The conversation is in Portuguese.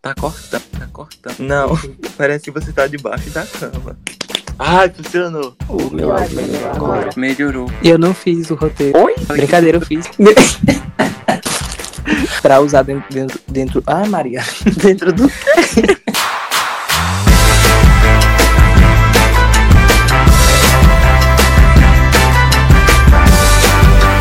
Tá cortando, tá cortando. Não, parece que você tá debaixo da cama. Ai, funcionou. O meu áudio melhorou agora. Melhorou. Eu não fiz o roteiro. Oi? Brincadeira, eu fiz. pra usar dentro, dentro, dentro. Ah, Maria. dentro do.